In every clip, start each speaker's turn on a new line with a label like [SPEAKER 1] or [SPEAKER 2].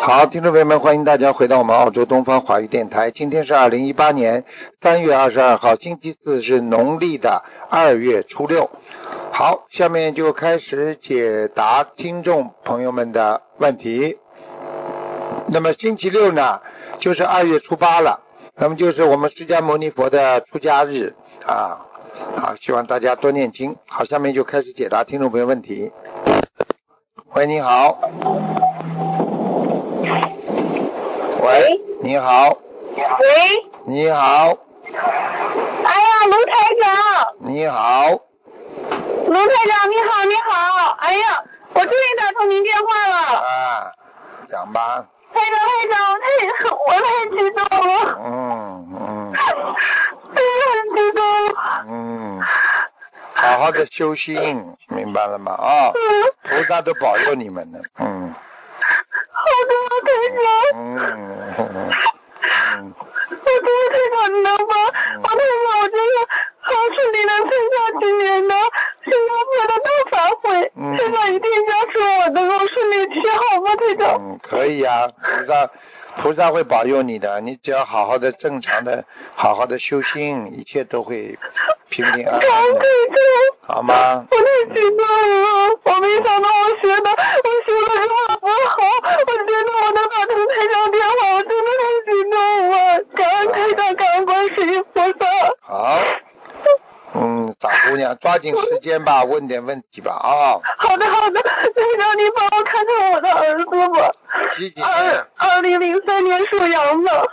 [SPEAKER 1] 好，听众朋友们，欢迎大家回到我们澳洲东方华语电台。今天是二零一八年三月二十二号，星期四，是农历的二月初六。好，下面就开始解答听众朋友们的问题。那么星期六呢，就是二月初八了，那么就是我们释迦牟尼佛的出家日啊啊，希望大家多念经。好，下面就开始解答听众朋友问题。喂，你好。喂，你好，
[SPEAKER 2] 喂，
[SPEAKER 1] 你好，
[SPEAKER 2] 哎呀，卢台长，
[SPEAKER 1] 你好，
[SPEAKER 2] 卢台长你好，你好，哎呀，我终于打通您电话了，
[SPEAKER 1] 啊，讲吧，
[SPEAKER 2] 台长台长，我太我太激动了，
[SPEAKER 1] 嗯嗯
[SPEAKER 2] 哎呀，很激动，
[SPEAKER 1] 嗯，好好的修心，明白了吗？啊、
[SPEAKER 2] 嗯，
[SPEAKER 1] 菩萨都保佑你们呢，嗯
[SPEAKER 2] 好的，
[SPEAKER 1] 嗯
[SPEAKER 2] 台长，
[SPEAKER 1] 嗯嗯，
[SPEAKER 2] 我真的台长，你能帮
[SPEAKER 1] 嗯
[SPEAKER 2] 我台长，我真的好顺利的撑下去，也能新加坡的大反悔，
[SPEAKER 1] 嗯
[SPEAKER 2] 台长一定要求我能够顺利去，好吗，台长？
[SPEAKER 1] 嗯，可以啊，菩萨菩萨会保佑你的，你只要好好的、正常的、好好的修心，一切都会平平安
[SPEAKER 2] 感
[SPEAKER 1] 安
[SPEAKER 2] 恩台
[SPEAKER 1] 的，
[SPEAKER 2] 长。
[SPEAKER 1] 好吗？
[SPEAKER 2] 我太激动了，我没想到我学的，我学的这么不好，我觉得我能打通台长电话，我真的太激动了，感恩台长，感恩观世音菩萨。
[SPEAKER 1] 好，嗯，傻姑娘，抓紧时间吧，问点问题吧啊、
[SPEAKER 2] 好的好的，台长你帮我看看我的儿子吧，
[SPEAKER 1] 几几年
[SPEAKER 2] 二？二零零三年属羊的，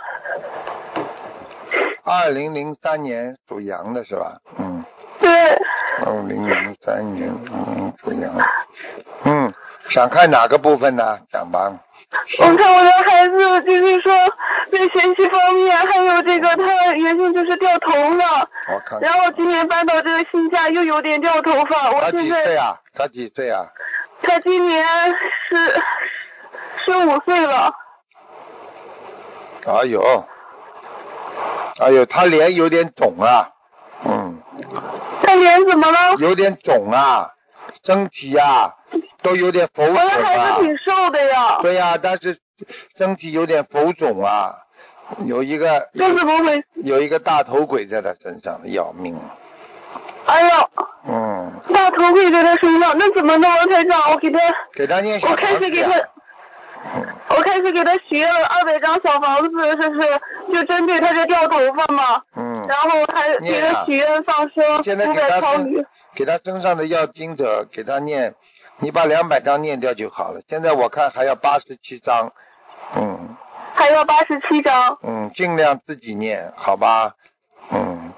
[SPEAKER 1] 二零零三年属羊的是吧？嗯，
[SPEAKER 2] 对，
[SPEAKER 1] 二零零三年，嗯，属羊。嗯，想看哪个部分呢？讲吧。
[SPEAKER 2] 我看我的孩子就是说在学习方面，还有这个他原先就是掉头发，
[SPEAKER 1] 我看看
[SPEAKER 2] 然。后今年搬到这个新家又有点掉头发，我
[SPEAKER 1] 他
[SPEAKER 2] 现
[SPEAKER 1] 几
[SPEAKER 2] 在
[SPEAKER 1] 岁啊？他几岁啊？
[SPEAKER 2] 他今年十十五岁了，
[SPEAKER 1] 哎呦，哎呦，他脸有点肿啊，嗯，
[SPEAKER 2] 他脸怎么了？
[SPEAKER 1] 有点肿啊，身体啊都有点浮肿
[SPEAKER 2] 我的孩
[SPEAKER 1] 啊
[SPEAKER 2] 子。挺瘦的呀，
[SPEAKER 1] 对呀、但是身体有点浮肿啊，有一个
[SPEAKER 2] 这怎么回事？
[SPEAKER 1] 有一个大头鬼在他身上，要命。
[SPEAKER 2] 哎呦，
[SPEAKER 1] 嗯，
[SPEAKER 2] 大头盔在他身上，那怎么弄啊，台长？我给他，
[SPEAKER 1] 给他念小
[SPEAKER 2] 我开
[SPEAKER 1] 房
[SPEAKER 2] 始
[SPEAKER 1] 子
[SPEAKER 2] 给
[SPEAKER 1] 呀
[SPEAKER 2] 他。我开始给他学了二百张小房子，这是就针对他这掉头发嘛，
[SPEAKER 1] 嗯
[SPEAKER 2] 然，后还给
[SPEAKER 1] 念啊
[SPEAKER 2] 他许愿放生
[SPEAKER 1] 现在
[SPEAKER 2] 五
[SPEAKER 1] 给
[SPEAKER 2] 百
[SPEAKER 1] 他
[SPEAKER 2] 条
[SPEAKER 1] 身
[SPEAKER 2] 鱼。
[SPEAKER 1] 给他身上的要经者，给他念，你把两百张念掉就好了。现在我看还要八十七张，嗯
[SPEAKER 2] 还要八十七张。
[SPEAKER 1] 嗯，尽量自己念，好吧？嗯，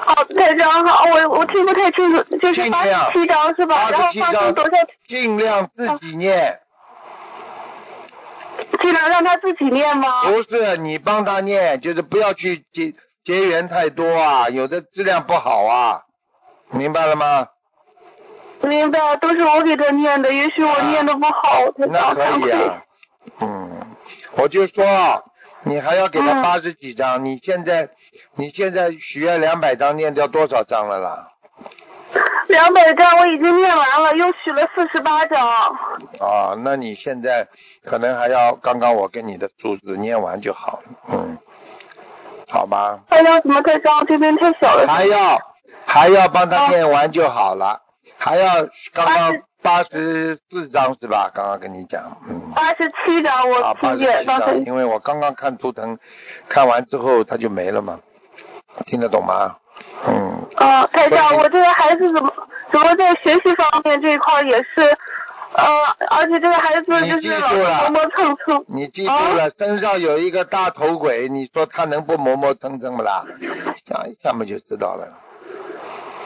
[SPEAKER 2] 好，台长好，我我听不太清楚，就是
[SPEAKER 1] 尽
[SPEAKER 2] 八十
[SPEAKER 1] 量
[SPEAKER 2] 七张是吧？然后
[SPEAKER 1] 87
[SPEAKER 2] 放
[SPEAKER 1] 张
[SPEAKER 2] 生多少
[SPEAKER 1] 尽量自己念，
[SPEAKER 2] 尽量让他自己念吗？
[SPEAKER 1] 不是你帮他念，就是不要去结结缘太多啊，有的质量不好啊，明白了吗？
[SPEAKER 2] 明白，都是我给他念的，也许我念的不好，他
[SPEAKER 1] 啊那
[SPEAKER 2] 想
[SPEAKER 1] 可
[SPEAKER 2] 忏
[SPEAKER 1] 以
[SPEAKER 2] 悔。
[SPEAKER 1] 啊，嗯，我就说啊，你还要给他
[SPEAKER 2] 嗯
[SPEAKER 1] 八十几张，你现在你现在许愿两百张，念掉多少张了啦？
[SPEAKER 2] 两百张我已经念完了，又许了四十八张。
[SPEAKER 1] 啊，那你现在可能还要刚刚我给你的数字念完就好了，嗯，好吧，
[SPEAKER 2] 还有什么太张？这边太小了。
[SPEAKER 1] 还要还要帮他念完就好了，还要刚刚八十四张是吧？刚刚跟你讲，嗯。
[SPEAKER 2] 八十七张，
[SPEAKER 1] 啊，
[SPEAKER 2] 我
[SPEAKER 1] 八十
[SPEAKER 2] 听
[SPEAKER 1] 七
[SPEAKER 2] 见刚才
[SPEAKER 1] 张，因为我刚刚看图腾，看完之后它就没了嘛，听得懂吗？嗯，
[SPEAKER 2] 啊，台
[SPEAKER 1] 所
[SPEAKER 2] 长，
[SPEAKER 1] 以
[SPEAKER 2] 我这个孩子怎么怎么在学习方面这一块也是，呃，而且这个孩子就
[SPEAKER 1] 你记
[SPEAKER 2] 是
[SPEAKER 1] 住
[SPEAKER 2] 老是
[SPEAKER 1] 了
[SPEAKER 2] 磨磨蹭蹭。
[SPEAKER 1] 你记住了，身上有一个大头鬼，你说他能不磨磨蹭蹭不啦？想一想嘛就知道了。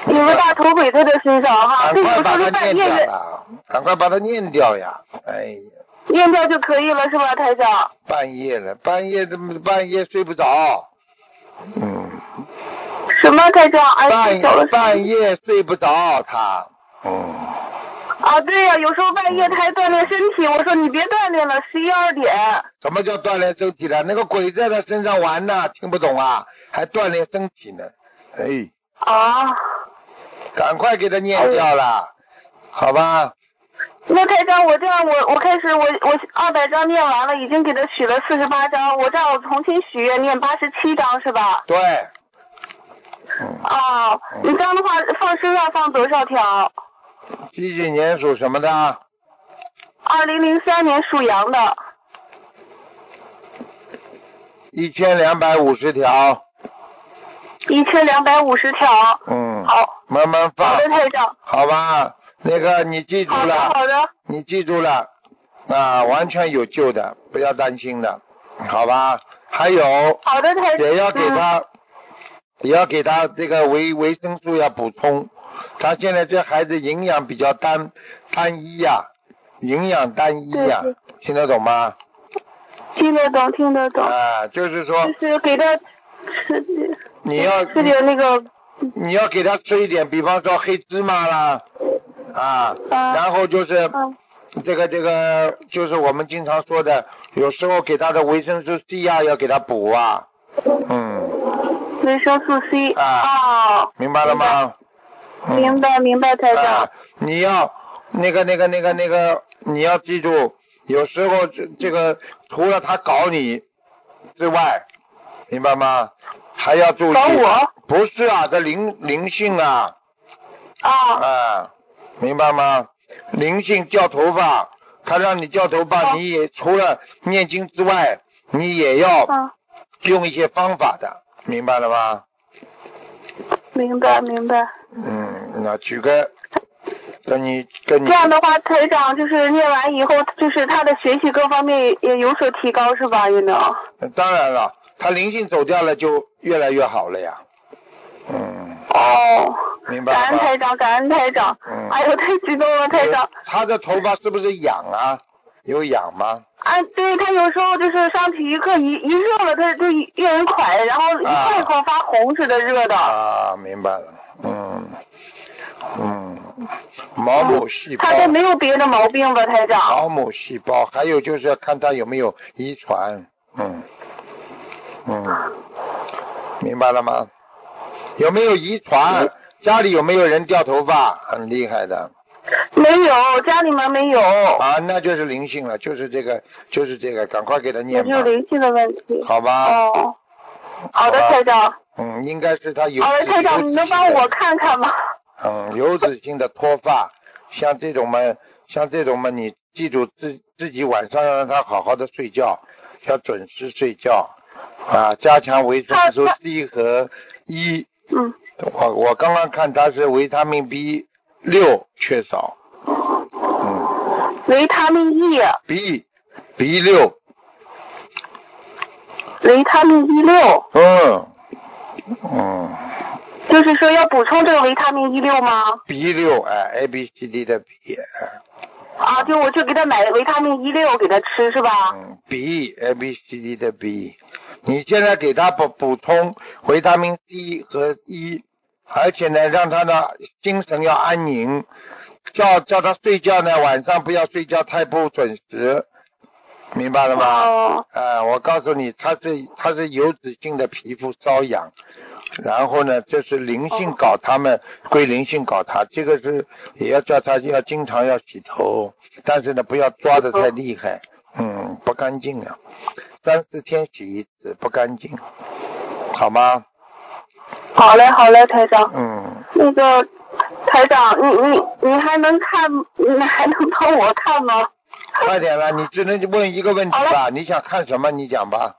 [SPEAKER 2] 有个大头鬼在他身上哈，
[SPEAKER 1] 赶
[SPEAKER 2] 这
[SPEAKER 1] 啊快
[SPEAKER 2] 个
[SPEAKER 1] 把
[SPEAKER 2] 都
[SPEAKER 1] 它
[SPEAKER 2] 是半
[SPEAKER 1] 念
[SPEAKER 2] 夜
[SPEAKER 1] 掉
[SPEAKER 2] 的，
[SPEAKER 1] 啦，赶快把它念掉呀！哎呀，
[SPEAKER 2] 念掉就可以了是吧，台长？
[SPEAKER 1] 半夜了，半夜怎么半夜睡不着？嗯，
[SPEAKER 2] 什么台长？哎，太小了
[SPEAKER 1] 半。半夜睡不着他，嗯。
[SPEAKER 2] 啊，对呀、有时候半夜他还锻炼身体，我说你别锻炼了，十一二点。
[SPEAKER 1] 什么叫锻炼身体了？那个鬼在他身上玩呢，听不懂啊？还锻炼身体呢？哎，
[SPEAKER 2] 啊，
[SPEAKER 1] 赶快给他念掉了，好吧？
[SPEAKER 2] 那台长，我这样我我开始我我二百章念完了，已经给他许了四十八章，我这样我重新许愿念八十七章是吧？
[SPEAKER 1] 对，嗯
[SPEAKER 2] 哦，你这样的话放生要放多少条？
[SPEAKER 1] 几几年属什么的？
[SPEAKER 2] 二零零三年属羊的，
[SPEAKER 1] 一千两百五十条。
[SPEAKER 2] 一千两百五十条。
[SPEAKER 1] 嗯，
[SPEAKER 2] 好，
[SPEAKER 1] 慢慢
[SPEAKER 2] 好
[SPEAKER 1] 放，
[SPEAKER 2] 的，台长。
[SPEAKER 1] 好吧？那个你记住
[SPEAKER 2] 好
[SPEAKER 1] 了，
[SPEAKER 2] 的，好的，
[SPEAKER 1] 你记住了，啊，完全有救的，不要担心的，好吧？还有
[SPEAKER 2] 好的，台长。
[SPEAKER 1] 也要给
[SPEAKER 2] 嗯。
[SPEAKER 1] 他，也要给他这个维维生素要补充。他现在这孩子营养比较单单一呀、营养单一呀、
[SPEAKER 2] 对
[SPEAKER 1] 听得懂吗？
[SPEAKER 2] 嗯听得懂，听得懂，
[SPEAKER 1] 啊，就是说
[SPEAKER 2] 就是给他吃点
[SPEAKER 1] 你要
[SPEAKER 2] 吃点那个
[SPEAKER 1] 你要给他吃一点，比方说黑芝麻啦，啊，
[SPEAKER 2] 啊
[SPEAKER 1] 然后就是
[SPEAKER 2] 嗯
[SPEAKER 1] 这个这个就是我们经常说的，有时候给他的维生素 C 啊要给他补啊，嗯，
[SPEAKER 2] 维生素 C。
[SPEAKER 1] 啊
[SPEAKER 2] 哦，
[SPEAKER 1] 明白了吗？嗯
[SPEAKER 2] 明白明白，台长
[SPEAKER 1] 啊。，你要那个那个那个那个，你要记住，有时候这这个除了他搞你之外，明白吗？还要注意。
[SPEAKER 2] 搞我？
[SPEAKER 1] 不是啊，这灵灵性啊
[SPEAKER 2] 啊
[SPEAKER 1] 啊，明白吗？灵性掉头发，他让你掉头发，
[SPEAKER 2] 哦
[SPEAKER 1] 你也除了念经之外，你也要
[SPEAKER 2] 啊，
[SPEAKER 1] 用一些方法的，明白了吗？
[SPEAKER 2] 明
[SPEAKER 1] 啊
[SPEAKER 2] 白明白。
[SPEAKER 1] 嗯，那举个跟你跟你
[SPEAKER 2] 这样的话，台长就是念完以后，就是他的学习各方面也也有所提高，是吧？也能。
[SPEAKER 1] 呃当然了，他灵性走掉了，就越来越好了呀。嗯，
[SPEAKER 2] 哦。
[SPEAKER 1] 明
[SPEAKER 2] 感
[SPEAKER 1] 白
[SPEAKER 2] 恩
[SPEAKER 1] 了
[SPEAKER 2] 台
[SPEAKER 1] 吧？
[SPEAKER 2] 长，感恩台长。
[SPEAKER 1] 嗯
[SPEAKER 2] 哎呦，太激动了，台长。
[SPEAKER 1] 他的头发是不是痒啊？有痒吗？
[SPEAKER 2] 啊，对他有时候就是上体育课一一热了，他就一一人快，然后一
[SPEAKER 1] 啊
[SPEAKER 2] 块块发红似的热的。
[SPEAKER 1] 啊，明白了。嗯嗯，毛母细胞
[SPEAKER 2] 他，这没有别的毛病吧，台长？
[SPEAKER 1] 毛母细胞，还有就是要看他有没有遗传。嗯嗯，明白了吗？有没有遗传？家里有没有人掉头发？很厉害的。
[SPEAKER 2] 没有，家里面没有，
[SPEAKER 1] 啊，那就是灵性了，就是这个，就是这个，赶快给他
[SPEAKER 2] 也
[SPEAKER 1] 念
[SPEAKER 2] 就
[SPEAKER 1] 吧
[SPEAKER 2] 是，灵性的问题。
[SPEAKER 1] 好吧？
[SPEAKER 2] 哦，好的，
[SPEAKER 1] 好吧
[SPEAKER 2] 台长。
[SPEAKER 1] 嗯，应该是他有
[SPEAKER 2] 好的，
[SPEAKER 1] 有
[SPEAKER 2] 台
[SPEAKER 1] 有
[SPEAKER 2] 长，你能
[SPEAKER 1] 子
[SPEAKER 2] 帮
[SPEAKER 1] 性的
[SPEAKER 2] 我看看吗？
[SPEAKER 1] 嗯，有脂性的脱发，像这种嘛，像这种嘛，你记住自自己晚上要让他好好的睡觉，要准时睡觉，啊，加强维生素
[SPEAKER 2] 他
[SPEAKER 1] C 和 E。
[SPEAKER 2] 嗯，
[SPEAKER 1] 我我刚刚看他是维他命 B 六缺少，嗯
[SPEAKER 2] 维他命 E，
[SPEAKER 1] ，B B 六，
[SPEAKER 2] 维他命 E 六，
[SPEAKER 1] 嗯嗯。
[SPEAKER 2] 就是说要补充这个维他命 E 六吗？
[SPEAKER 1] B 六哎，A B C D 的 B，哎
[SPEAKER 2] 啊，就我就给他买维他命 E 六给他吃是吧？
[SPEAKER 1] 嗯，B A B C D 的 B，你现在给他补补充维他命 C 和 E，而且呢，让他的精神要安宁，叫叫他睡觉呢，晚上不要睡觉太不准时，明白了吗？
[SPEAKER 2] 哦，
[SPEAKER 1] 呃，我告诉你，他是他是油脂性的皮肤瘙痒，然后呢，这是灵
[SPEAKER 2] 哦
[SPEAKER 1] 性搞他们，归灵性搞他，这个是也要叫他要经常要洗头，但是呢，不要抓的太厉害，嗯，不干净啊，三四天洗一次，不干净，好吗？
[SPEAKER 2] 好嘞，好嘞，台长。
[SPEAKER 1] 嗯，
[SPEAKER 2] 那个台长，你你你还能看，你还能帮我看吗？
[SPEAKER 1] 快点了，你只能问一个问题吧，你想看什么？你讲吧，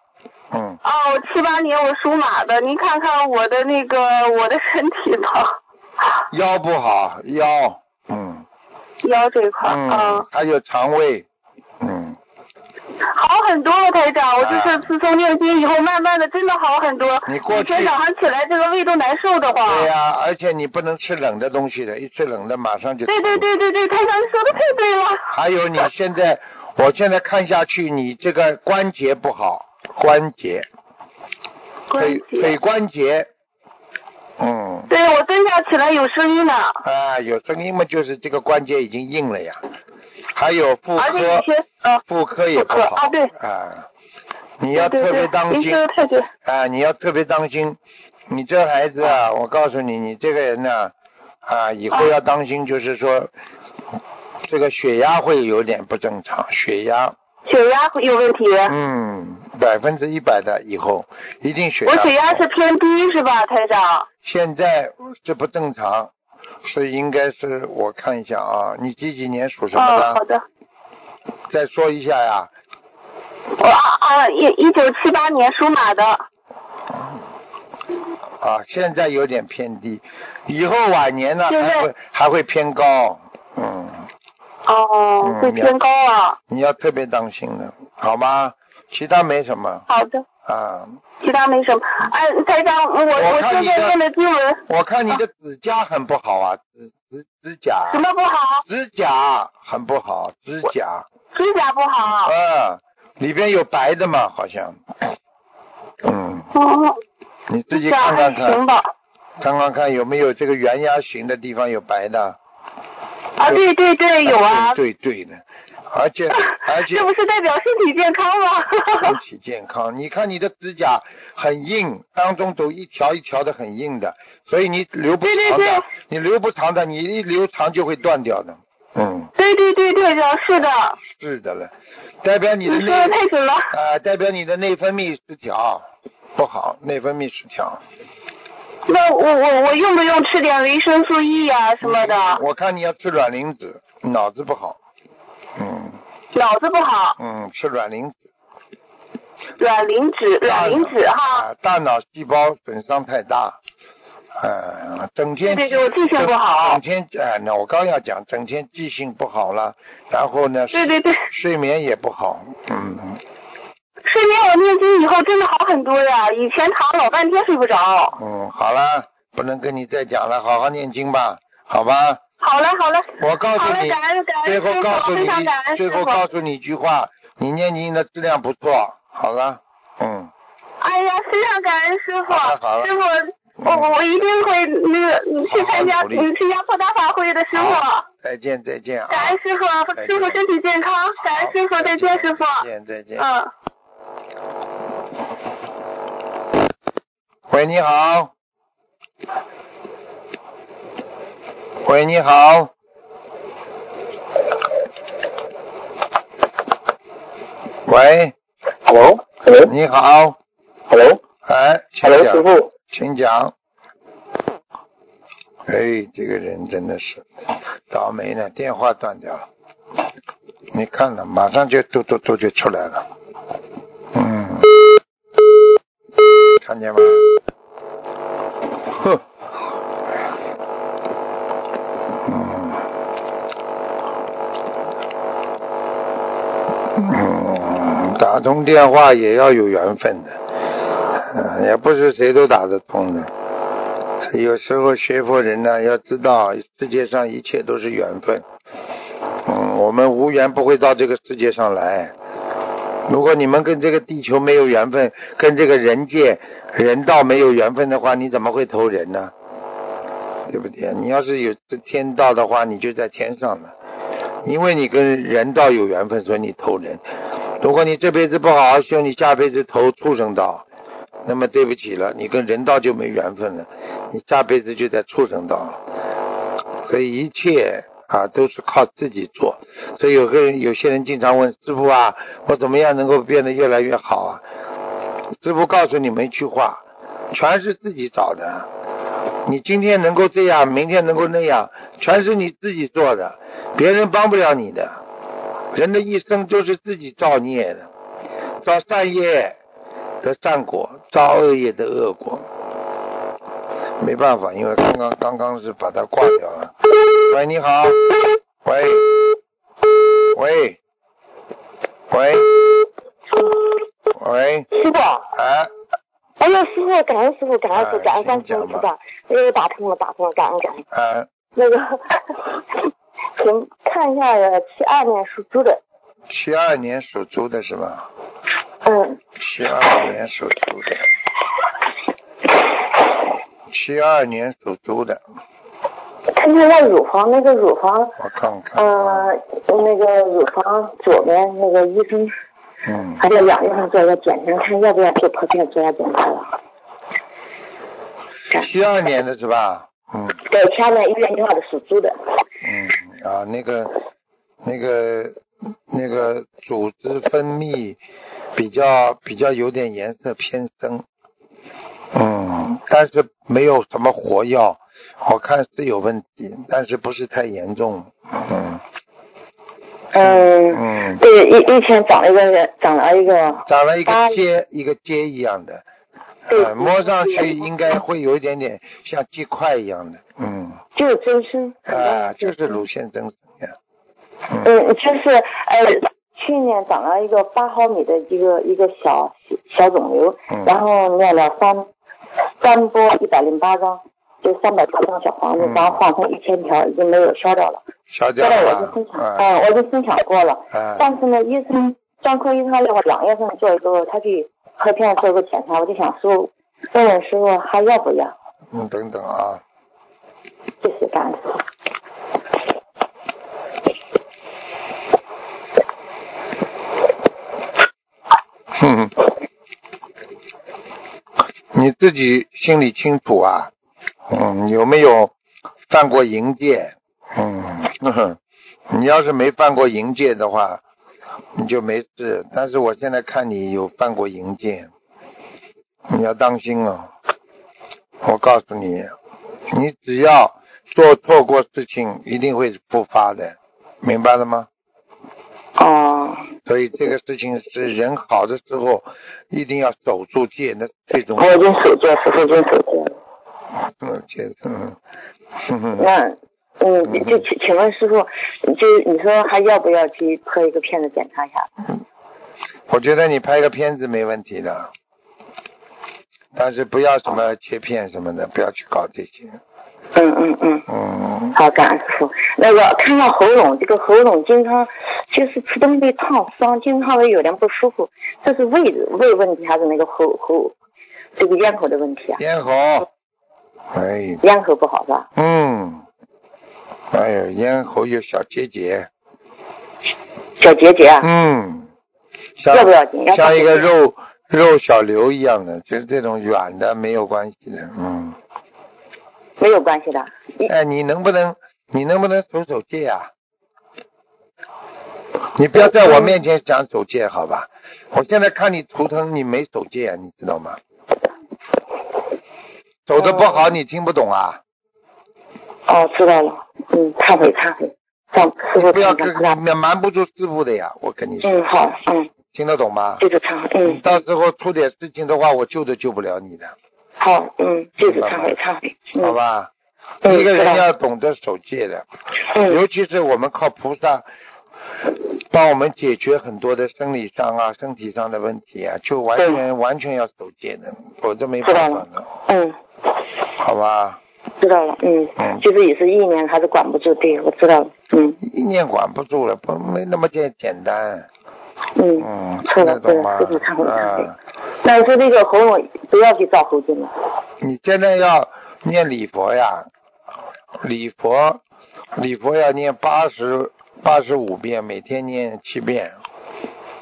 [SPEAKER 1] 嗯，
[SPEAKER 2] 哦，我七八年我属马的，您看看我的那个我的身体吧，
[SPEAKER 1] 腰不好，腰，嗯
[SPEAKER 2] 腰这一块儿
[SPEAKER 1] 嗯
[SPEAKER 2] 啊、，
[SPEAKER 1] 还有肠胃，嗯。
[SPEAKER 2] 好很多了，台长，我就
[SPEAKER 1] 啊
[SPEAKER 2] 是自从念经以后，慢慢的真的好很多。
[SPEAKER 1] 你过
[SPEAKER 2] 以前
[SPEAKER 1] 去
[SPEAKER 2] 早上起来这个胃都难受的慌。
[SPEAKER 1] 对呀、而且你不能吃冷的东西的，一吃冷的马上就。
[SPEAKER 2] 对对。对对对，台长你说的太对了。
[SPEAKER 1] 还有你现 在，我现在看下去，你这个关节不好，关节，
[SPEAKER 2] 关
[SPEAKER 1] 腿腿
[SPEAKER 2] 节，
[SPEAKER 1] 关节，嗯，
[SPEAKER 2] 对我蹲下起来有声音呢，
[SPEAKER 1] 啊，有声音嘛，就是这个关节已经硬了呀。还有妇
[SPEAKER 2] 而且以
[SPEAKER 1] 科，
[SPEAKER 2] 前呃，
[SPEAKER 1] 妇科也不
[SPEAKER 2] 妇科
[SPEAKER 1] 好
[SPEAKER 2] 啊对
[SPEAKER 1] 啊你要
[SPEAKER 2] 对
[SPEAKER 1] 特
[SPEAKER 2] 对
[SPEAKER 1] 别
[SPEAKER 2] 对
[SPEAKER 1] 当
[SPEAKER 2] 您
[SPEAKER 1] 心
[SPEAKER 2] 说的太对。
[SPEAKER 1] 啊，你要特别当心，你这孩子啊，我告诉你，你这个人呢、啊，以后要当心，就是说，这个血压会有点不正常，血压，
[SPEAKER 2] 血压会有问题。
[SPEAKER 1] 嗯，百分之一百的以后一定血压。
[SPEAKER 2] 我血压是偏低是吧，台长？
[SPEAKER 1] 现在是不正常，是应该是我看一下啊，你几几年属什么
[SPEAKER 2] 哦，
[SPEAKER 1] 的？
[SPEAKER 2] 好的。
[SPEAKER 1] 再说一下呀，
[SPEAKER 2] 我啊啊，一一九七八年属马的。
[SPEAKER 1] 啊，现在有点偏低，以后晚年呢
[SPEAKER 2] 现在
[SPEAKER 1] 还会还会偏高，嗯，
[SPEAKER 2] 哦
[SPEAKER 1] 嗯，
[SPEAKER 2] 会偏高啊了。
[SPEAKER 1] 你要特别当心的，好吗？其他没什么
[SPEAKER 2] 好的，
[SPEAKER 1] 啊，
[SPEAKER 2] 其他没什么。哎，台长，我
[SPEAKER 1] 我
[SPEAKER 2] 我
[SPEAKER 1] 看
[SPEAKER 2] 现
[SPEAKER 1] 你的
[SPEAKER 2] 在念的经文
[SPEAKER 1] 我看你的指甲很不好啊，指指指甲
[SPEAKER 2] 什，么不好？
[SPEAKER 1] 指甲很不好，指甲，
[SPEAKER 2] 指甲不好。
[SPEAKER 1] 嗯，里边有白的嘛，好像，嗯，
[SPEAKER 2] 嗯，
[SPEAKER 1] 你自己
[SPEAKER 2] 指甲
[SPEAKER 1] 看
[SPEAKER 2] 还
[SPEAKER 1] 看看
[SPEAKER 2] 行，吧。
[SPEAKER 1] 看看看有没有这个圆牙形的地方有白的，
[SPEAKER 2] 啊，对对对，有啊。
[SPEAKER 1] 呃对对对的，而且而且
[SPEAKER 2] 这不是代表身体健康啊吗？
[SPEAKER 1] 身体健康。你看你的指甲很硬，当中走一条一条的很硬的，所以你留不长的，
[SPEAKER 2] 对对对
[SPEAKER 1] 你留不长的，你一留长就会断掉的。嗯，
[SPEAKER 2] 对对对对，长是的，
[SPEAKER 1] 是的了，代表你的
[SPEAKER 2] 你
[SPEAKER 1] 内
[SPEAKER 2] 说的太准了。
[SPEAKER 1] 啊、代表你的内分泌失调不好，内分泌失调
[SPEAKER 2] 那我我我用不用吃点维生素 E 啊什么的？
[SPEAKER 1] 嗯我看你要吃卵磷脂，脑子不好。嗯
[SPEAKER 2] 脑子不好，
[SPEAKER 1] 嗯，吃卵磷脂，
[SPEAKER 2] 卵磷脂，
[SPEAKER 1] 大
[SPEAKER 2] 卵磷脂
[SPEAKER 1] 脑
[SPEAKER 2] 哈。
[SPEAKER 1] 啊，大脑细胞损伤太大，呃，整天
[SPEAKER 2] 对对，我记性不好
[SPEAKER 1] 整。天哎，那我刚要讲，整天记性不好了，然后呢，
[SPEAKER 2] 对对 对，
[SPEAKER 1] 睡眠也不好，嗯，
[SPEAKER 2] 睡眠我念经以后真的好很多呀，以前躺老半天睡不着。
[SPEAKER 1] 嗯，好啦，不能跟你再讲了，好好念经吧，好吧？
[SPEAKER 2] 好了好了，
[SPEAKER 1] 我告诉
[SPEAKER 2] 好了，
[SPEAKER 1] 你，
[SPEAKER 2] 感恩感恩
[SPEAKER 1] 最
[SPEAKER 2] 师
[SPEAKER 1] 后告
[SPEAKER 2] 傅，
[SPEAKER 1] 诉
[SPEAKER 2] 非
[SPEAKER 1] 你
[SPEAKER 2] 常感恩，
[SPEAKER 1] 最
[SPEAKER 2] 师
[SPEAKER 1] 后
[SPEAKER 2] 傅。
[SPEAKER 1] 告诉你一句话，你念经的质量不错，好了，嗯，
[SPEAKER 2] 哎呀，非常感恩师傅
[SPEAKER 1] 好了好了，
[SPEAKER 2] 师傅。我我我一定会那个去参加
[SPEAKER 1] 好好努力
[SPEAKER 2] 嗯去压迫大法会的师
[SPEAKER 1] 好
[SPEAKER 2] 傅，
[SPEAKER 1] 再见再见啊，
[SPEAKER 2] 感恩师傅，
[SPEAKER 1] 再见
[SPEAKER 2] 师傅身体健康，感恩师傅，
[SPEAKER 1] 好
[SPEAKER 2] 再见师傅，
[SPEAKER 1] 再见再见，
[SPEAKER 2] 嗯。
[SPEAKER 1] 喂，你好。喂，你好。喂，
[SPEAKER 3] Hello，Hello，Hello，
[SPEAKER 1] 你好。哎，请
[SPEAKER 3] Hello，师
[SPEAKER 1] 讲，
[SPEAKER 3] 傅，
[SPEAKER 1] 请讲。哎，这个人真的是倒霉了，电话断掉了。你看了，马上就嘟嘟嘟就出来了。嗯，看见吗？哼。嗯，打通电话也要有缘分的，嗯， 也不是谁都打得通的。有时候学佛人呢，要知道世界上一切都是缘分。嗯，我们无缘不会到这个世界上来。如果你们跟这个地球没有缘分，跟这个人界、人道没有缘分的话，你怎么会投人呢？对不对？你要是有天道的话，你就在天上了。因为你跟人道有缘分，所以你投人。如果你这辈子不好好修，你下辈子投畜生道，那么对不起了，你跟人道就没缘分了，你下辈子就在畜生道了。所以一切啊都是靠自己做。所以有个人，有些人经常问师傅啊，我怎么样能够变得越来越好啊？师傅告诉你们一句话，全是自己找的。啊你今天能够这样，明天能够那样，全是你自己做的，别人帮不了你的。人的一生就是自己造孽的，造善业得善果，造恶业得恶果。没办法，因为刚刚刚刚是把它挂掉了。喂，你好，喂，喂，喂，喂，
[SPEAKER 4] 师傅，
[SPEAKER 1] 哎，
[SPEAKER 4] 哎呀，师傅，感恩师傅，感恩师傅，感恩三师
[SPEAKER 1] 哎请
[SPEAKER 4] 傅，
[SPEAKER 1] 讲
[SPEAKER 4] 师
[SPEAKER 1] 吧
[SPEAKER 4] 长，呃，打通了，打通了，感恩感恩。
[SPEAKER 1] 哎，
[SPEAKER 4] 那个，行，看一下七二年属猪的，
[SPEAKER 1] 七二年属猪的是吧？
[SPEAKER 4] 嗯，
[SPEAKER 1] 七二年属猪的，七二年属猪的，
[SPEAKER 4] 看看一下乳房，那个乳房，
[SPEAKER 1] 我看看啊，
[SPEAKER 4] 呃，那个乳房左边那个医生
[SPEAKER 1] 嗯，
[SPEAKER 4] 还在两月份做一个检查，看要不要做剖片做一下检查了。
[SPEAKER 1] 七二年的是吧？嗯
[SPEAKER 4] 对，前面医院电话的属猪的，
[SPEAKER 1] 嗯啊，那个那个那个组织分泌比较比较有点颜色偏深，嗯，但是没有什么活药，我看是有问题，但是不是太严重，嗯
[SPEAKER 4] 嗯，
[SPEAKER 1] 嗯，
[SPEAKER 4] 对，一一天长了一个人，长了一个，
[SPEAKER 1] 长了一个
[SPEAKER 4] 哎
[SPEAKER 1] 疖一个疖一样的，
[SPEAKER 4] 对
[SPEAKER 1] 呃，摸上去应该会有一点点像鸡块一样的，嗯，
[SPEAKER 4] 就是呃增生。
[SPEAKER 1] 啊、就是乳腺增生呀，
[SPEAKER 4] 嗯，就是呃，去年长了一个八毫米的一个一个小小肿瘤，
[SPEAKER 1] 嗯
[SPEAKER 4] 然后念了三三波一百零八张，就三百多张小房子
[SPEAKER 1] 嗯，
[SPEAKER 4] 然后换成一千条，已经没有消掉了。
[SPEAKER 1] 消掉
[SPEAKER 4] 消掉我
[SPEAKER 1] 了
[SPEAKER 4] 就分享，
[SPEAKER 1] 啊
[SPEAKER 4] 嗯，我就分享过了。
[SPEAKER 1] 啊
[SPEAKER 4] 但是呢，医生专科医生他让我两月份做一个，他去核片做一个检查，我就想说问问师傅还要不要？
[SPEAKER 1] 嗯，等等啊。
[SPEAKER 4] 谢谢感恩师
[SPEAKER 1] 哦
[SPEAKER 4] 傅。
[SPEAKER 1] 哼，你自己心里清楚啊。嗯，有没有犯过淫戒？嗯，呵呵你要是没犯过淫戒的话，你就没事。但是我现在看你有犯过淫戒，你要当心哦。我告诉你，你只要做错过事情，一定会复发的，明白了吗？
[SPEAKER 4] 哦，
[SPEAKER 1] 所以这个事情是人好的时候一定要守住戒，那最重
[SPEAKER 4] 我
[SPEAKER 1] 要
[SPEAKER 4] 已。经守戒，师傅已经守戒了。
[SPEAKER 1] 嗯，戒，嗯，哼哼
[SPEAKER 4] 那嗯，就请请问师傅，就你说还要不要去拍一个片子检查一下？
[SPEAKER 1] 我觉得你拍个片子没问题的，但是不要什么切片什么的，不要去搞这些。
[SPEAKER 4] 嗯嗯嗯，
[SPEAKER 1] 嗯，
[SPEAKER 4] 好，感恩师傅。那个看一下喉咙，这个喉咙经常就是吃东西烫伤，经常会有点不舒服，这是胃胃问题还是那个喉喉这个咽喉的问题啊？
[SPEAKER 1] 咽喉，哎，
[SPEAKER 4] 咽喉不好是吧？
[SPEAKER 1] 嗯，哎呦，咽喉有小结节，
[SPEAKER 4] 小结节啊，
[SPEAKER 1] 嗯，像
[SPEAKER 4] 要不要紧？要
[SPEAKER 1] 像
[SPEAKER 4] 当
[SPEAKER 1] 一
[SPEAKER 4] 心
[SPEAKER 1] 个肉肉小瘤一样的，就是这种软的没有关系的，嗯。
[SPEAKER 4] 没有关系的。嗯一
[SPEAKER 1] 哎，你能不能，你能不能守守戒啊？你不要在我面前想守戒，好吧？我现在看你图腾，你没守戒、啊，你知道吗？守的不好，你听不懂啊？
[SPEAKER 4] 哦，知道了。嗯，忏悔忏悔，让师傅
[SPEAKER 1] 不要
[SPEAKER 4] 看
[SPEAKER 1] 跟
[SPEAKER 4] 看。
[SPEAKER 1] 瞒不住师傅的呀！我跟你说，
[SPEAKER 4] 嗯，好，嗯，
[SPEAKER 1] 听得懂吗？
[SPEAKER 4] 就是忏悔，
[SPEAKER 1] 你
[SPEAKER 4] 嗯，
[SPEAKER 1] 到时候出点事情的话，我救都救不了你的，
[SPEAKER 4] 好，嗯，就是忏悔忏悔，
[SPEAKER 1] 好
[SPEAKER 4] 嗯
[SPEAKER 1] 吧？
[SPEAKER 4] 嗯
[SPEAKER 1] 一个
[SPEAKER 4] 知
[SPEAKER 1] 人
[SPEAKER 4] 道
[SPEAKER 1] 要懂得守戒的，
[SPEAKER 4] 嗯
[SPEAKER 1] 尤其是我们靠菩萨帮我们解决很多的生理上啊、身体上的问题啊，就完全完全要守戒的，否则没办法的，
[SPEAKER 4] 嗯，
[SPEAKER 1] 好吧？
[SPEAKER 4] 知道了，嗯，
[SPEAKER 1] 嗯
[SPEAKER 4] 就是也是意念还是管不住，对我知道了，嗯
[SPEAKER 1] 意念管不住了，不没那么简简单，
[SPEAKER 4] 嗯。
[SPEAKER 1] 嗯，听
[SPEAKER 4] 错
[SPEAKER 1] 得
[SPEAKER 4] 了
[SPEAKER 1] 懂吗
[SPEAKER 4] 对对忏悔？忏
[SPEAKER 1] 啊
[SPEAKER 4] 悔，那你说这个喉咙不要去照喉镜了，
[SPEAKER 1] 你现在要念礼佛呀，礼佛，礼佛要念八十八十五遍，每天念七遍，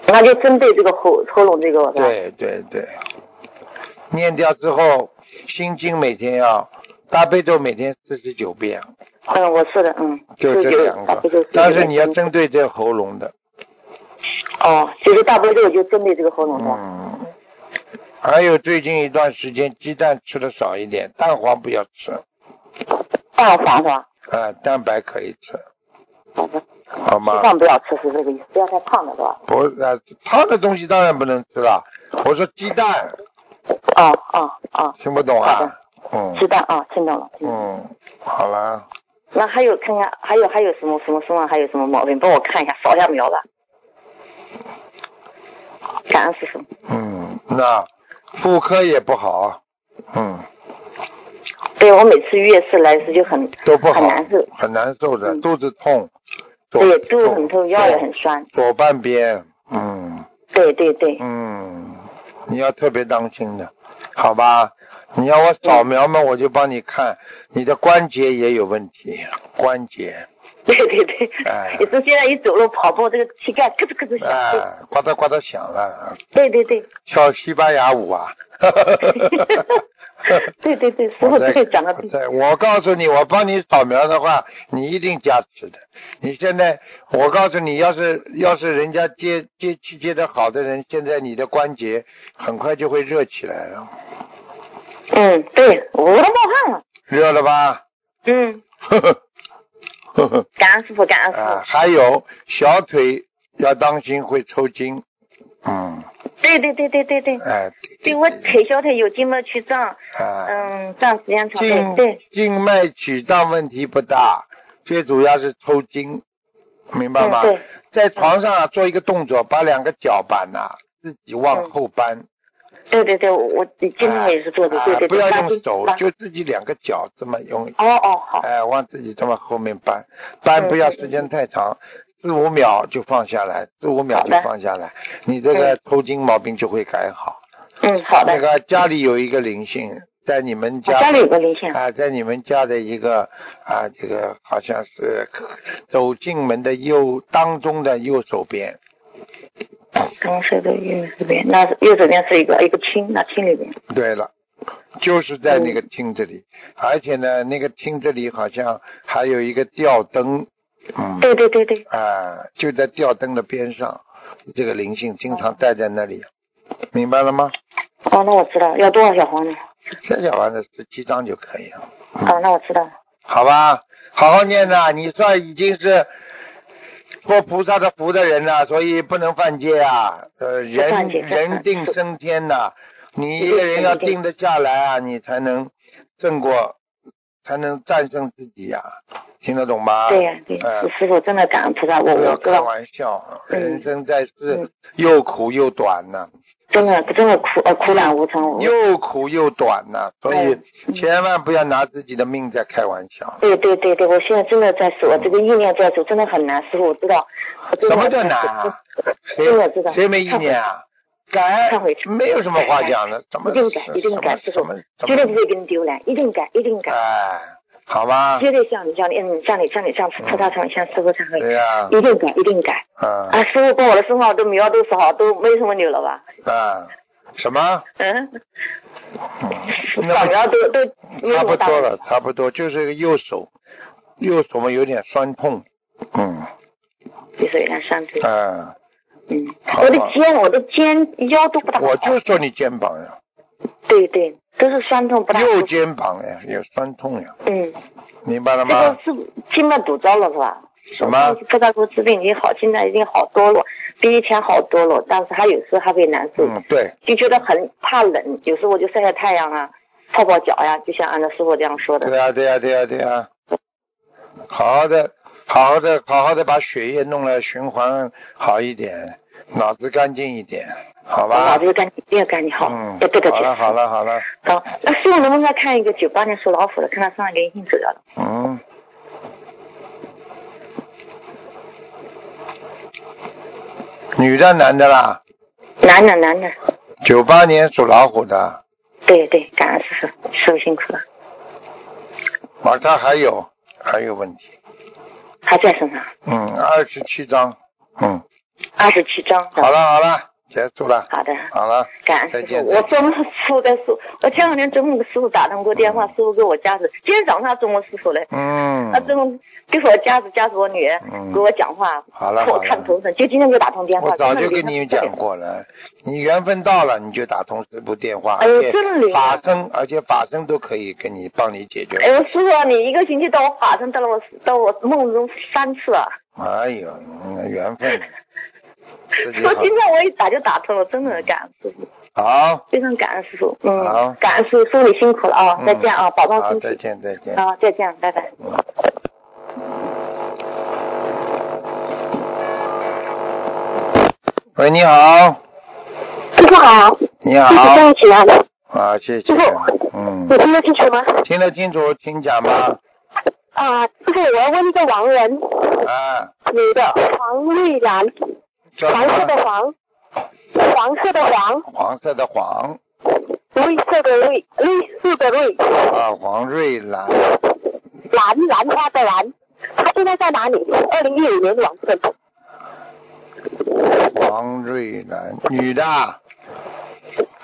[SPEAKER 4] 那就针对这个喉喉咙这个是吧？
[SPEAKER 1] 对对对，念掉之后，心经每天要，大悲咒每天四十九遍，
[SPEAKER 4] 嗯，我是的，嗯，
[SPEAKER 1] 就这两
[SPEAKER 4] 大悲咒
[SPEAKER 1] 个。但是你要针对这喉咙的，
[SPEAKER 4] 哦，就是大悲咒就针对这个喉咙是吧？
[SPEAKER 1] 嗯。还有最近一段时间鸡蛋吃的少一点，蛋黄不要吃，
[SPEAKER 4] 蛋黄是吧？
[SPEAKER 1] 啊，蛋白可以吃，
[SPEAKER 4] 好的，鸡
[SPEAKER 1] 好吗？
[SPEAKER 4] 蛋不要吃是这个意思，不要太胖了是吧？
[SPEAKER 1] 不，啊，胖的东西当然不能吃了。我说鸡蛋，
[SPEAKER 4] 哦哦哦，
[SPEAKER 1] 听不懂
[SPEAKER 4] 好
[SPEAKER 1] 啊
[SPEAKER 4] 的？鸡
[SPEAKER 1] 嗯
[SPEAKER 4] 蛋啊，听懂了，听懂了。
[SPEAKER 1] 嗯，好了，
[SPEAKER 4] 那还有看一下，还有还有什么什么身上还有什么毛病？帮我看一下，扫一下描吧。感恩师傅。
[SPEAKER 1] 嗯，那妇科也不好，嗯。
[SPEAKER 4] 对我每次月事来时就很
[SPEAKER 1] 都不好，
[SPEAKER 4] 很难受，
[SPEAKER 1] 很难受的，
[SPEAKER 4] 嗯
[SPEAKER 1] 肚子痛，左
[SPEAKER 4] 对，肚子很痛，腰也很
[SPEAKER 1] 左
[SPEAKER 4] 酸。
[SPEAKER 1] 左半边，嗯
[SPEAKER 4] 对对对，
[SPEAKER 1] 嗯，你要特别当心的，好吧？你要我扫描嘛，我就帮你看，你的关节也有问题，关节，
[SPEAKER 4] 对对对
[SPEAKER 1] 哎，
[SPEAKER 4] 你说现在一走路跑步，这个膝盖咯吱咯吱响。
[SPEAKER 1] 哎，呱嗒呱嗒响了，
[SPEAKER 4] 对对对，
[SPEAKER 1] 跳西班牙舞啊，
[SPEAKER 4] 对对 对，师
[SPEAKER 1] 我
[SPEAKER 4] 傅
[SPEAKER 1] 在
[SPEAKER 4] 对讲的
[SPEAKER 1] 我
[SPEAKER 4] 对，
[SPEAKER 1] 在我告诉你，我帮你扫描的话，你一定加持的。你现在，我告诉你，要是要是人家接接气接的好的人，现在你的关节很快就会热起来了，
[SPEAKER 4] 嗯，对，我都冒汗了，
[SPEAKER 1] 热了吧？
[SPEAKER 4] 嗯，
[SPEAKER 1] 呵呵呵呵
[SPEAKER 4] 感恩师傅，感恩师傅，
[SPEAKER 1] 啊，还有小腿要当心会抽筋，嗯，
[SPEAKER 4] 对对对对对对，
[SPEAKER 1] 哎，
[SPEAKER 4] 对我腿小腿有静脉曲张，
[SPEAKER 1] 啊，
[SPEAKER 4] 嗯，长时间长，对
[SPEAKER 1] 静
[SPEAKER 4] 对，
[SPEAKER 1] 静脉曲张问题不大，最主要是抽筋，明白吗？
[SPEAKER 4] 嗯对
[SPEAKER 1] 在床上啊，做一个动作，把两个脚板呐、自己往后扳，
[SPEAKER 4] 对对对，我我今天嗯也是做的，
[SPEAKER 1] 啊
[SPEAKER 4] 对
[SPEAKER 1] 哎
[SPEAKER 4] 对对，
[SPEAKER 1] 不要
[SPEAKER 4] 八
[SPEAKER 1] 用
[SPEAKER 4] 斤
[SPEAKER 1] 手
[SPEAKER 4] 八，
[SPEAKER 1] 就自己两个脚这么用，
[SPEAKER 4] 哦哦好，
[SPEAKER 1] 哎、往自己这么后面扳，扳
[SPEAKER 4] 嗯
[SPEAKER 1] 不要
[SPEAKER 4] 嗯
[SPEAKER 1] 时间太长，四五秒就放下来，四五秒
[SPEAKER 4] 好
[SPEAKER 1] 就
[SPEAKER 4] 的
[SPEAKER 1] 放下来，你这个抽筋毛病就会改好。
[SPEAKER 4] 嗯好
[SPEAKER 1] 那
[SPEAKER 4] 的，
[SPEAKER 1] 个家里有一个灵性，在你们
[SPEAKER 4] 我
[SPEAKER 1] 家
[SPEAKER 4] 家里有个灵性，
[SPEAKER 1] 啊，在你们家的一个啊，这个好像是走进门的右当中的右手边，
[SPEAKER 4] 刚睡的右手边，那是右手边是一个一个厅，那厅里边，
[SPEAKER 1] 对了，就是在那个厅这里，而且呢，那个厅这里好像还有一个吊灯，嗯
[SPEAKER 4] 对对对对，
[SPEAKER 1] 啊，就在吊灯的边上，这个灵性经常待在那里，啊明白了吗？
[SPEAKER 4] 哦那我知道，要多少小黄呢？
[SPEAKER 1] 这小丸子十七张就可以啊了。
[SPEAKER 4] 哦那我知道，
[SPEAKER 1] 好吧，好好念呐、你算已经是托菩萨的福的人了，所以不能犯戒啊。呃，人
[SPEAKER 4] 犯戒不
[SPEAKER 1] 人
[SPEAKER 4] 犯
[SPEAKER 1] 定胜天呐、你一个人要定得下来啊，你才能胜过，才能战胜自己呀、听得懂吗？
[SPEAKER 4] 对呀对，
[SPEAKER 1] 呃
[SPEAKER 4] 是师傅真的感恩菩萨，我
[SPEAKER 1] 不要
[SPEAKER 4] 我知
[SPEAKER 1] 开
[SPEAKER 4] 道，
[SPEAKER 1] 玩笑，啊
[SPEAKER 4] 嗯
[SPEAKER 1] 人生在世
[SPEAKER 4] 嗯
[SPEAKER 1] 又苦又短呐、
[SPEAKER 4] 真的真的苦呃苦难无常，我
[SPEAKER 1] 又苦又短呐、所
[SPEAKER 4] 嗯
[SPEAKER 1] 以千万不要拿自己的命在开玩笑。
[SPEAKER 4] 对对对对，我现在真的在守，我这个意念在守，真的很难，师傅，我知道。我真的
[SPEAKER 1] 什么叫难 啊？谁
[SPEAKER 4] 知道知道
[SPEAKER 1] 谁没意念啊？改
[SPEAKER 4] 忏悔忏悔
[SPEAKER 1] 没有什么话讲的，怎么
[SPEAKER 4] 一定改，一定改，师
[SPEAKER 1] 什
[SPEAKER 4] 傅
[SPEAKER 1] 么，什
[SPEAKER 4] 绝
[SPEAKER 1] 么
[SPEAKER 4] 对不会给你丢脸，一定改，一定改，
[SPEAKER 1] 哎，好吧，
[SPEAKER 4] 绝对像你像你嗯像你像你上次菩萨忏悔，向师傅忏悔，
[SPEAKER 1] 对呀，
[SPEAKER 4] 一定改，一定改。
[SPEAKER 1] 嗯
[SPEAKER 4] 啊，师傅跟我的身上都苗都少，都没什么扭了吧？
[SPEAKER 1] 嗯，什么？
[SPEAKER 4] 嗯，
[SPEAKER 1] 那
[SPEAKER 4] 扫
[SPEAKER 1] 不
[SPEAKER 4] 描都都
[SPEAKER 1] 差
[SPEAKER 4] 没什
[SPEAKER 1] 不
[SPEAKER 4] 么大
[SPEAKER 1] 多了，差不多就是个右手，右手嘛有点酸痛，嗯
[SPEAKER 4] 就是有点伤腿。
[SPEAKER 1] 嗯，
[SPEAKER 4] 嗯，
[SPEAKER 1] 好
[SPEAKER 4] 我的
[SPEAKER 1] 吧，
[SPEAKER 4] 肩，我的肩腰都不大好。
[SPEAKER 1] 我就说你肩膀呀，
[SPEAKER 4] 对对，都是酸痛不大。
[SPEAKER 1] 右肩膀呀有酸痛呀，
[SPEAKER 4] 嗯，
[SPEAKER 1] 明白了
[SPEAKER 4] 这个
[SPEAKER 1] 吗？
[SPEAKER 4] 是静脉堵着了是吧？
[SPEAKER 1] 什么？
[SPEAKER 4] 肺大沟治病已经好，现在已经好多了，比以前好多了，但是还有时候还会难受，
[SPEAKER 1] 嗯，对，
[SPEAKER 4] 就觉得很怕冷，有时候我就晒晒太阳啊，泡泡脚呀、就像按照师傅这样说的。
[SPEAKER 1] 对啊，对啊，对啊，对啊，好好的，好好的，好好的把血液弄了循环好一点，脑子干净一点，好
[SPEAKER 4] 脑
[SPEAKER 1] 吧？
[SPEAKER 4] 子干净，越干净好，
[SPEAKER 1] 嗯，
[SPEAKER 4] 也对得起。
[SPEAKER 1] 好了，好了，好了，
[SPEAKER 4] 好，那师傅能不能看一个九八年属老虎的，看他身上灵性走掉了？
[SPEAKER 1] 嗯。女的，男的啦？
[SPEAKER 4] 男的，男的，
[SPEAKER 1] 九八年属老虎的，
[SPEAKER 4] 对对，感恩师傅，师傅辛苦了，
[SPEAKER 1] 我看还有还有问题，
[SPEAKER 4] 还在身上，
[SPEAKER 1] 嗯，二十七张，嗯，
[SPEAKER 4] 二十七张。
[SPEAKER 1] 好，了好了，结束了，
[SPEAKER 4] 好的。
[SPEAKER 1] 好了，
[SPEAKER 4] 感
[SPEAKER 1] 再
[SPEAKER 4] 恩师
[SPEAKER 1] 见
[SPEAKER 4] 傅，
[SPEAKER 1] 再
[SPEAKER 4] 我
[SPEAKER 1] 见
[SPEAKER 4] 做梦师傅跟师傅，我前两天做梦给师傅打通过电话，师傅给我加持。今天早上他做梦师傅嘞，
[SPEAKER 1] 嗯
[SPEAKER 4] 他，做梦给我加持加持我女儿
[SPEAKER 1] 嗯
[SPEAKER 4] 给我讲话，
[SPEAKER 1] 好了
[SPEAKER 4] 给
[SPEAKER 1] 好
[SPEAKER 4] 我
[SPEAKER 1] 了。
[SPEAKER 4] 看头疼，就今天给我打通电话。
[SPEAKER 1] 我早就
[SPEAKER 4] 真的
[SPEAKER 1] 跟你讲。过了，你缘分到了你就打通这部电话，
[SPEAKER 4] 哎呦
[SPEAKER 1] 而且
[SPEAKER 4] 真灵啊
[SPEAKER 1] 法生，而且法生都可以跟你帮你解决。
[SPEAKER 4] 哎呦，师傅，你一个星期到我法上，到了我到我梦中三次啊！
[SPEAKER 1] 哎呦，那缘分，自己
[SPEAKER 4] 说今天我一打就打通了，真的感恩师傅，
[SPEAKER 1] 好，好，
[SPEAKER 4] 非常感恩师傅，
[SPEAKER 1] 好
[SPEAKER 4] 嗯，感恩师傅，师傅你辛苦了啊，
[SPEAKER 1] 嗯
[SPEAKER 4] 再见啊，保重
[SPEAKER 1] 好，
[SPEAKER 4] 身
[SPEAKER 1] 再
[SPEAKER 4] 体，
[SPEAKER 1] 见，再见。
[SPEAKER 4] 好，再见，拜拜。
[SPEAKER 1] 喂，你好，
[SPEAKER 2] 师傅好，师
[SPEAKER 1] 你
[SPEAKER 2] 傅
[SPEAKER 1] 好，
[SPEAKER 2] 在一起啊，
[SPEAKER 1] 啊，谢谢
[SPEAKER 2] 师傅，
[SPEAKER 1] 嗯，
[SPEAKER 2] 你听得清楚吗？
[SPEAKER 1] 听得清楚，请讲吧。
[SPEAKER 2] 啊，师傅，我要问一个王人，
[SPEAKER 1] 啊，
[SPEAKER 2] 女的，黄丽然，
[SPEAKER 1] 叫
[SPEAKER 2] 黄色
[SPEAKER 1] 什么？
[SPEAKER 2] 的黄，黄色的黄，
[SPEAKER 1] 黄色的黄
[SPEAKER 2] 绿色的绿，绿色的绿，
[SPEAKER 1] 啊，黄瑞兰，
[SPEAKER 2] 兰兰花的兰，她现在在哪里？二零一五年往生，
[SPEAKER 1] 黄瑞兰，女的啊，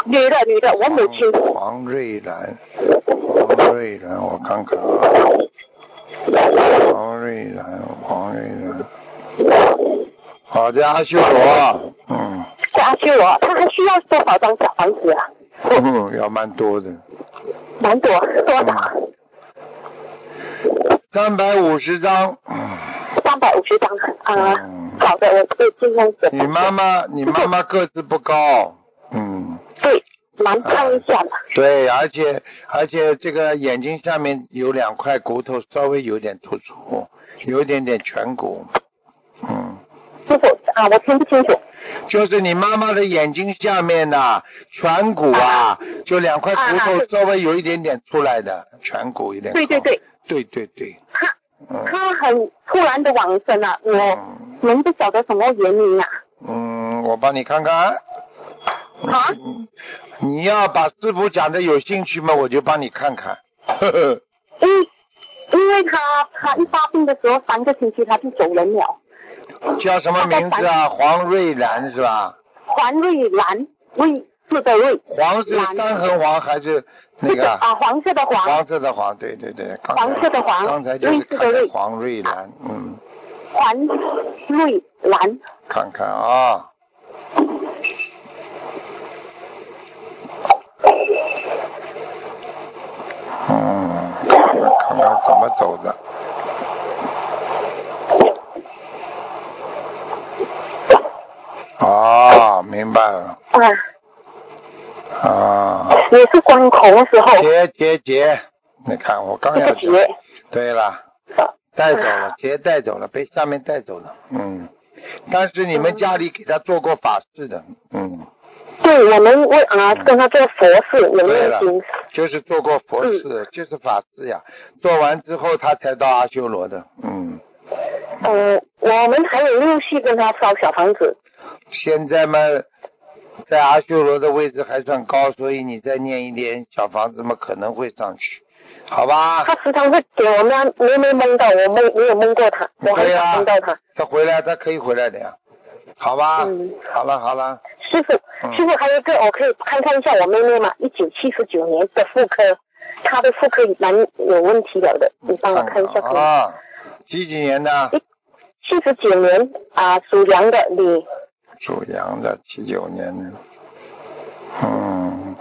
[SPEAKER 2] 女的女的，我母亲，
[SPEAKER 1] 黄瑞兰，黄瑞兰，我看看啊，黄瑞兰，黄瑞兰，好的，阿修罗，嗯，
[SPEAKER 2] 家修我，她还需要多少张小房子啊？
[SPEAKER 1] 要蛮多的，
[SPEAKER 2] 蛮多，多少？
[SPEAKER 1] 三百五十张。
[SPEAKER 2] 三百五十张啊
[SPEAKER 1] 嗯。
[SPEAKER 2] 好的，我会尽量准备
[SPEAKER 1] 你妈妈，你妈妈个子不高，嗯，
[SPEAKER 2] 对，蛮看一下的。
[SPEAKER 1] 对，而且而且这个眼睛下面有两块骨头稍微有点突出，有一点点颧骨，嗯，
[SPEAKER 2] 师傅啊，我听不清楚。
[SPEAKER 1] 就是你妈妈的眼睛下面呐、颧骨啊，就两块骨头稍微有一点点出来的，颧骨有点高，
[SPEAKER 2] 对对对，
[SPEAKER 1] 对对对，
[SPEAKER 2] 她
[SPEAKER 1] 嗯
[SPEAKER 2] 她很突然的往生了，我
[SPEAKER 1] 嗯
[SPEAKER 2] 们不晓得什么原因啊。
[SPEAKER 1] 嗯，我帮你看看。嗯
[SPEAKER 2] 好，
[SPEAKER 1] 你要把师傅讲的有兴趣吗？我就帮你看看。 呵呵，
[SPEAKER 2] 因因为她她一发病的时候，三个星期她就走人了。
[SPEAKER 1] 叫什么名字啊？黄瑞兰是吧？
[SPEAKER 2] 黄瑞兰，瑞字的瑞，
[SPEAKER 1] 黄是
[SPEAKER 2] 兰
[SPEAKER 1] 三横黄还是那个啊
[SPEAKER 2] 啊，黄色的黄，
[SPEAKER 1] 黄色的黄？对对对，刚才
[SPEAKER 2] 黄色的黄
[SPEAKER 1] 刚才就是看
[SPEAKER 2] 瑞士的
[SPEAKER 1] 看
[SPEAKER 2] 瑞
[SPEAKER 1] 黄瑞兰，嗯，
[SPEAKER 2] 黄瑞兰，
[SPEAKER 1] 看看啊。嗯，看看怎么走的。啊，明白了
[SPEAKER 2] 啊，
[SPEAKER 1] 啊。
[SPEAKER 2] 也是关口的时候，
[SPEAKER 1] 结结结，你看我刚
[SPEAKER 2] 这
[SPEAKER 1] 要
[SPEAKER 2] 个
[SPEAKER 1] 讲，
[SPEAKER 2] 节，
[SPEAKER 1] 对了，带走了，结带走了，被下面带走了，嗯。但是你们家里给他做过法事的，嗯，
[SPEAKER 2] 对我们为啊跟他做佛事，有
[SPEAKER 1] 对
[SPEAKER 2] 念
[SPEAKER 1] 了
[SPEAKER 2] 经，
[SPEAKER 1] 就是做过佛
[SPEAKER 2] 嗯
[SPEAKER 1] 事，就是法事呀。做完之后他才到阿修罗的，嗯。
[SPEAKER 2] 呃，我们还有陆续跟他烧小房子，
[SPEAKER 1] 现在嘛，在阿修罗的位置还算高，所以你再念一点小房子嘛，可能会上去，好 吧？
[SPEAKER 2] 他时常会给我们没没梦到，我梦没有梦过他，我很
[SPEAKER 1] 对呀
[SPEAKER 2] 少梦到他。
[SPEAKER 1] 他回来，他可以回来的呀，好吧？
[SPEAKER 2] 嗯
[SPEAKER 1] 好了好了，
[SPEAKER 2] 师傅，
[SPEAKER 1] 嗯
[SPEAKER 2] 师傅还有一个，我可以看看一下我妹妹嘛，一九七十九年的妇科，她的妇科蛮有问题了的，你嗯帮我看一下可以吗？
[SPEAKER 1] 啊，几几年的？
[SPEAKER 2] 七十九年啊，属羊的女，
[SPEAKER 1] 属羊的，七九年的。嗯。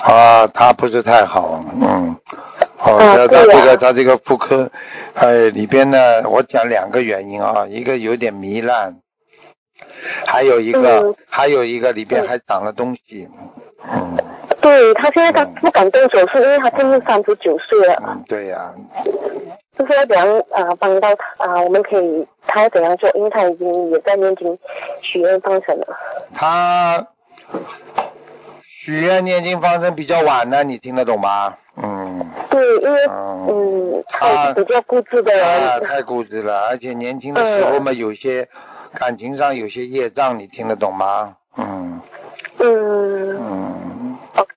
[SPEAKER 1] 啊，他不是太好，嗯。哦，
[SPEAKER 2] 啊
[SPEAKER 1] 他
[SPEAKER 2] 对
[SPEAKER 1] 他这
[SPEAKER 2] 呀
[SPEAKER 1] 个他这个妇科，呃，里边呢，我讲两个原因啊，一个有点糜烂，还有一个、
[SPEAKER 2] 嗯
[SPEAKER 1] 还有一个里边还长了东西，嗯。
[SPEAKER 2] 对她现在她不敢动手术，因为她今年三十九岁了，
[SPEAKER 1] 嗯，对呀、
[SPEAKER 2] 就是要怎样啊帮到她啊？我们可以她要怎样做？因为她已经也在念经许愿放生了。
[SPEAKER 1] 他许愿念经方针比较晚呢，你听得懂吗？嗯，
[SPEAKER 2] 对，因为
[SPEAKER 1] 哦
[SPEAKER 2] 嗯，
[SPEAKER 1] 她
[SPEAKER 2] 她比较固执的
[SPEAKER 1] 啊，
[SPEAKER 2] 人，
[SPEAKER 1] 太固执了，而且年轻的时候嘛，有些感情上有些业障，你听得懂吗？嗯
[SPEAKER 2] 嗯
[SPEAKER 1] 嗯，
[SPEAKER 2] ，OK。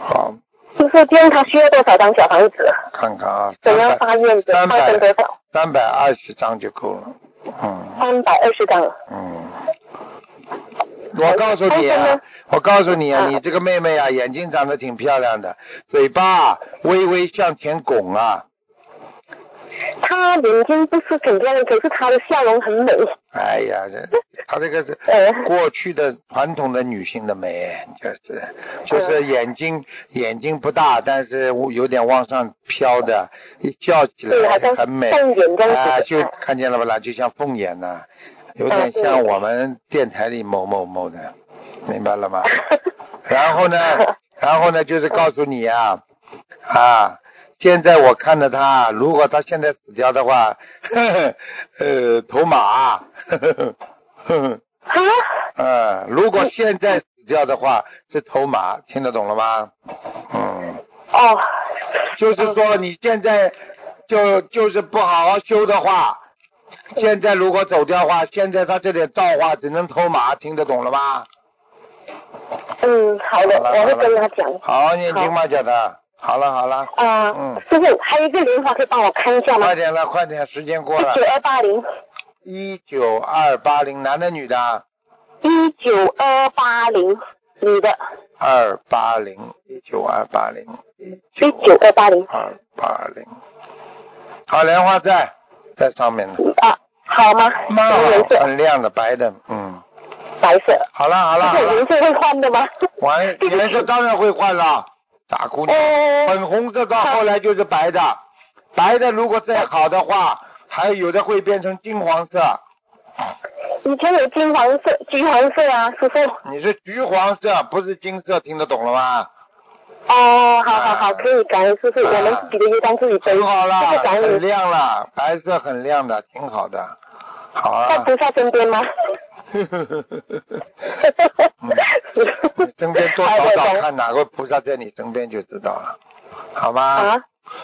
[SPEAKER 1] 好，
[SPEAKER 2] 就是这样，他需要多少张小房子？
[SPEAKER 1] 看看啊，
[SPEAKER 2] 怎样
[SPEAKER 1] 三百
[SPEAKER 2] 发愿的？
[SPEAKER 1] 三
[SPEAKER 2] 发生多
[SPEAKER 1] 百
[SPEAKER 2] 少？
[SPEAKER 1] 三百二十张就够了。嗯
[SPEAKER 2] 三百二十张。
[SPEAKER 1] 嗯，我告诉你
[SPEAKER 2] 但是
[SPEAKER 1] 啊
[SPEAKER 2] 呢，
[SPEAKER 1] 我告诉你啊，
[SPEAKER 2] 啊
[SPEAKER 1] 你这个妹妹啊，眼睛长得挺漂亮的，嘴巴啊微微向前拱啊。
[SPEAKER 2] 他眼睛不是很亮，可是他的笑容很美。
[SPEAKER 1] 哎呀，这她这 个是
[SPEAKER 2] 呃，
[SPEAKER 1] 过去的传统的女性的美，就是
[SPEAKER 2] 嗯
[SPEAKER 1] 就是眼睛眼睛不大，但是有点往上飘的，一笑起
[SPEAKER 2] 对，好
[SPEAKER 1] 来
[SPEAKER 2] 像
[SPEAKER 1] 很美
[SPEAKER 2] 凤眼这
[SPEAKER 1] 啊，
[SPEAKER 2] 样子
[SPEAKER 1] 就
[SPEAKER 2] 的。啊
[SPEAKER 1] 看见了吧啦，就像凤眼呐、有
[SPEAKER 2] 啊
[SPEAKER 1] 点
[SPEAKER 2] 对
[SPEAKER 1] 像我们电台里某某某的，明白了吗？然后呢，然后呢，就是告诉你啊，啊，现在我看着他，如果他现在死掉的话，呵呵呃，头马，呵呵呵呵。
[SPEAKER 2] 啊，
[SPEAKER 1] 呃，如果现在死掉的话，是头马，听得懂了吗？嗯，
[SPEAKER 2] 哦，
[SPEAKER 1] 就是说你现在就就是不好好修的话，现在如果走掉的话，现在他这点造化只能头马，听得懂了吗？
[SPEAKER 2] 嗯，好的，
[SPEAKER 1] 好了
[SPEAKER 2] 我会跟他讲。
[SPEAKER 1] 好好念经嘛，叫他。好了好了，
[SPEAKER 2] 啊
[SPEAKER 1] 嗯，
[SPEAKER 2] 师傅，还有一个莲花可以帮我看一下吗
[SPEAKER 1] 快？点了，快点，时间过了
[SPEAKER 2] 九。二八零，
[SPEAKER 1] 一九二八零，男的女的啊？
[SPEAKER 2] 一九二八零，女的，
[SPEAKER 1] 二八零，一九二八零，一
[SPEAKER 2] 一
[SPEAKER 1] 九
[SPEAKER 2] 九二八零
[SPEAKER 1] 二八零。好，莲花在，在上面呢，
[SPEAKER 2] 啊，好吗？什
[SPEAKER 1] 蛮
[SPEAKER 2] 么
[SPEAKER 1] 好
[SPEAKER 2] 颜，色？
[SPEAKER 1] 很亮的，白的，嗯。
[SPEAKER 2] 白色。
[SPEAKER 1] 好了好了好
[SPEAKER 2] 这种
[SPEAKER 1] 了，
[SPEAKER 2] 颜色会换的吗？
[SPEAKER 1] 完颜色当然会换了，傻姑娘，
[SPEAKER 2] 哦，
[SPEAKER 1] 粉红色到后来就是白的，白的如果再好的话，还有的会变成金黄色。
[SPEAKER 2] 以前有金黄色、橘黄色啊，师傅。
[SPEAKER 1] 你是橘黄色，不是金色，听得懂了吗？
[SPEAKER 2] 哦，好好
[SPEAKER 1] 啊
[SPEAKER 2] 好，可以感恩师傅，我们自己的业障自己背，
[SPEAKER 1] 很好啦
[SPEAKER 2] 这个，感
[SPEAKER 1] 很
[SPEAKER 2] 恩
[SPEAKER 1] 亮啦，白色很亮的，挺好的。好
[SPEAKER 2] 在
[SPEAKER 1] 啊，
[SPEAKER 2] 菩萨身边吗？
[SPEAKER 1] 嗯 你身边多找
[SPEAKER 2] 好
[SPEAKER 1] 找
[SPEAKER 2] 的
[SPEAKER 1] 看哪个菩萨在你身边就知道了，好吗？
[SPEAKER 2] 啊，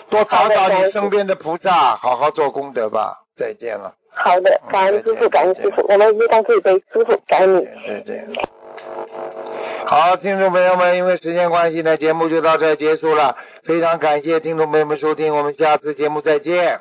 [SPEAKER 1] 多找找
[SPEAKER 2] 好的
[SPEAKER 1] 你身边的菩萨，好好做功德吧。再见了，
[SPEAKER 2] 好的，感恩师
[SPEAKER 1] 嗯
[SPEAKER 2] 傅，感恩师傅，我们业障自己背，师傅感恩你。
[SPEAKER 1] 再见。好，听众朋友们，因为时间关系呢，节目就到这儿结束了。非常感谢听众朋友们收听，我们下次节目再见。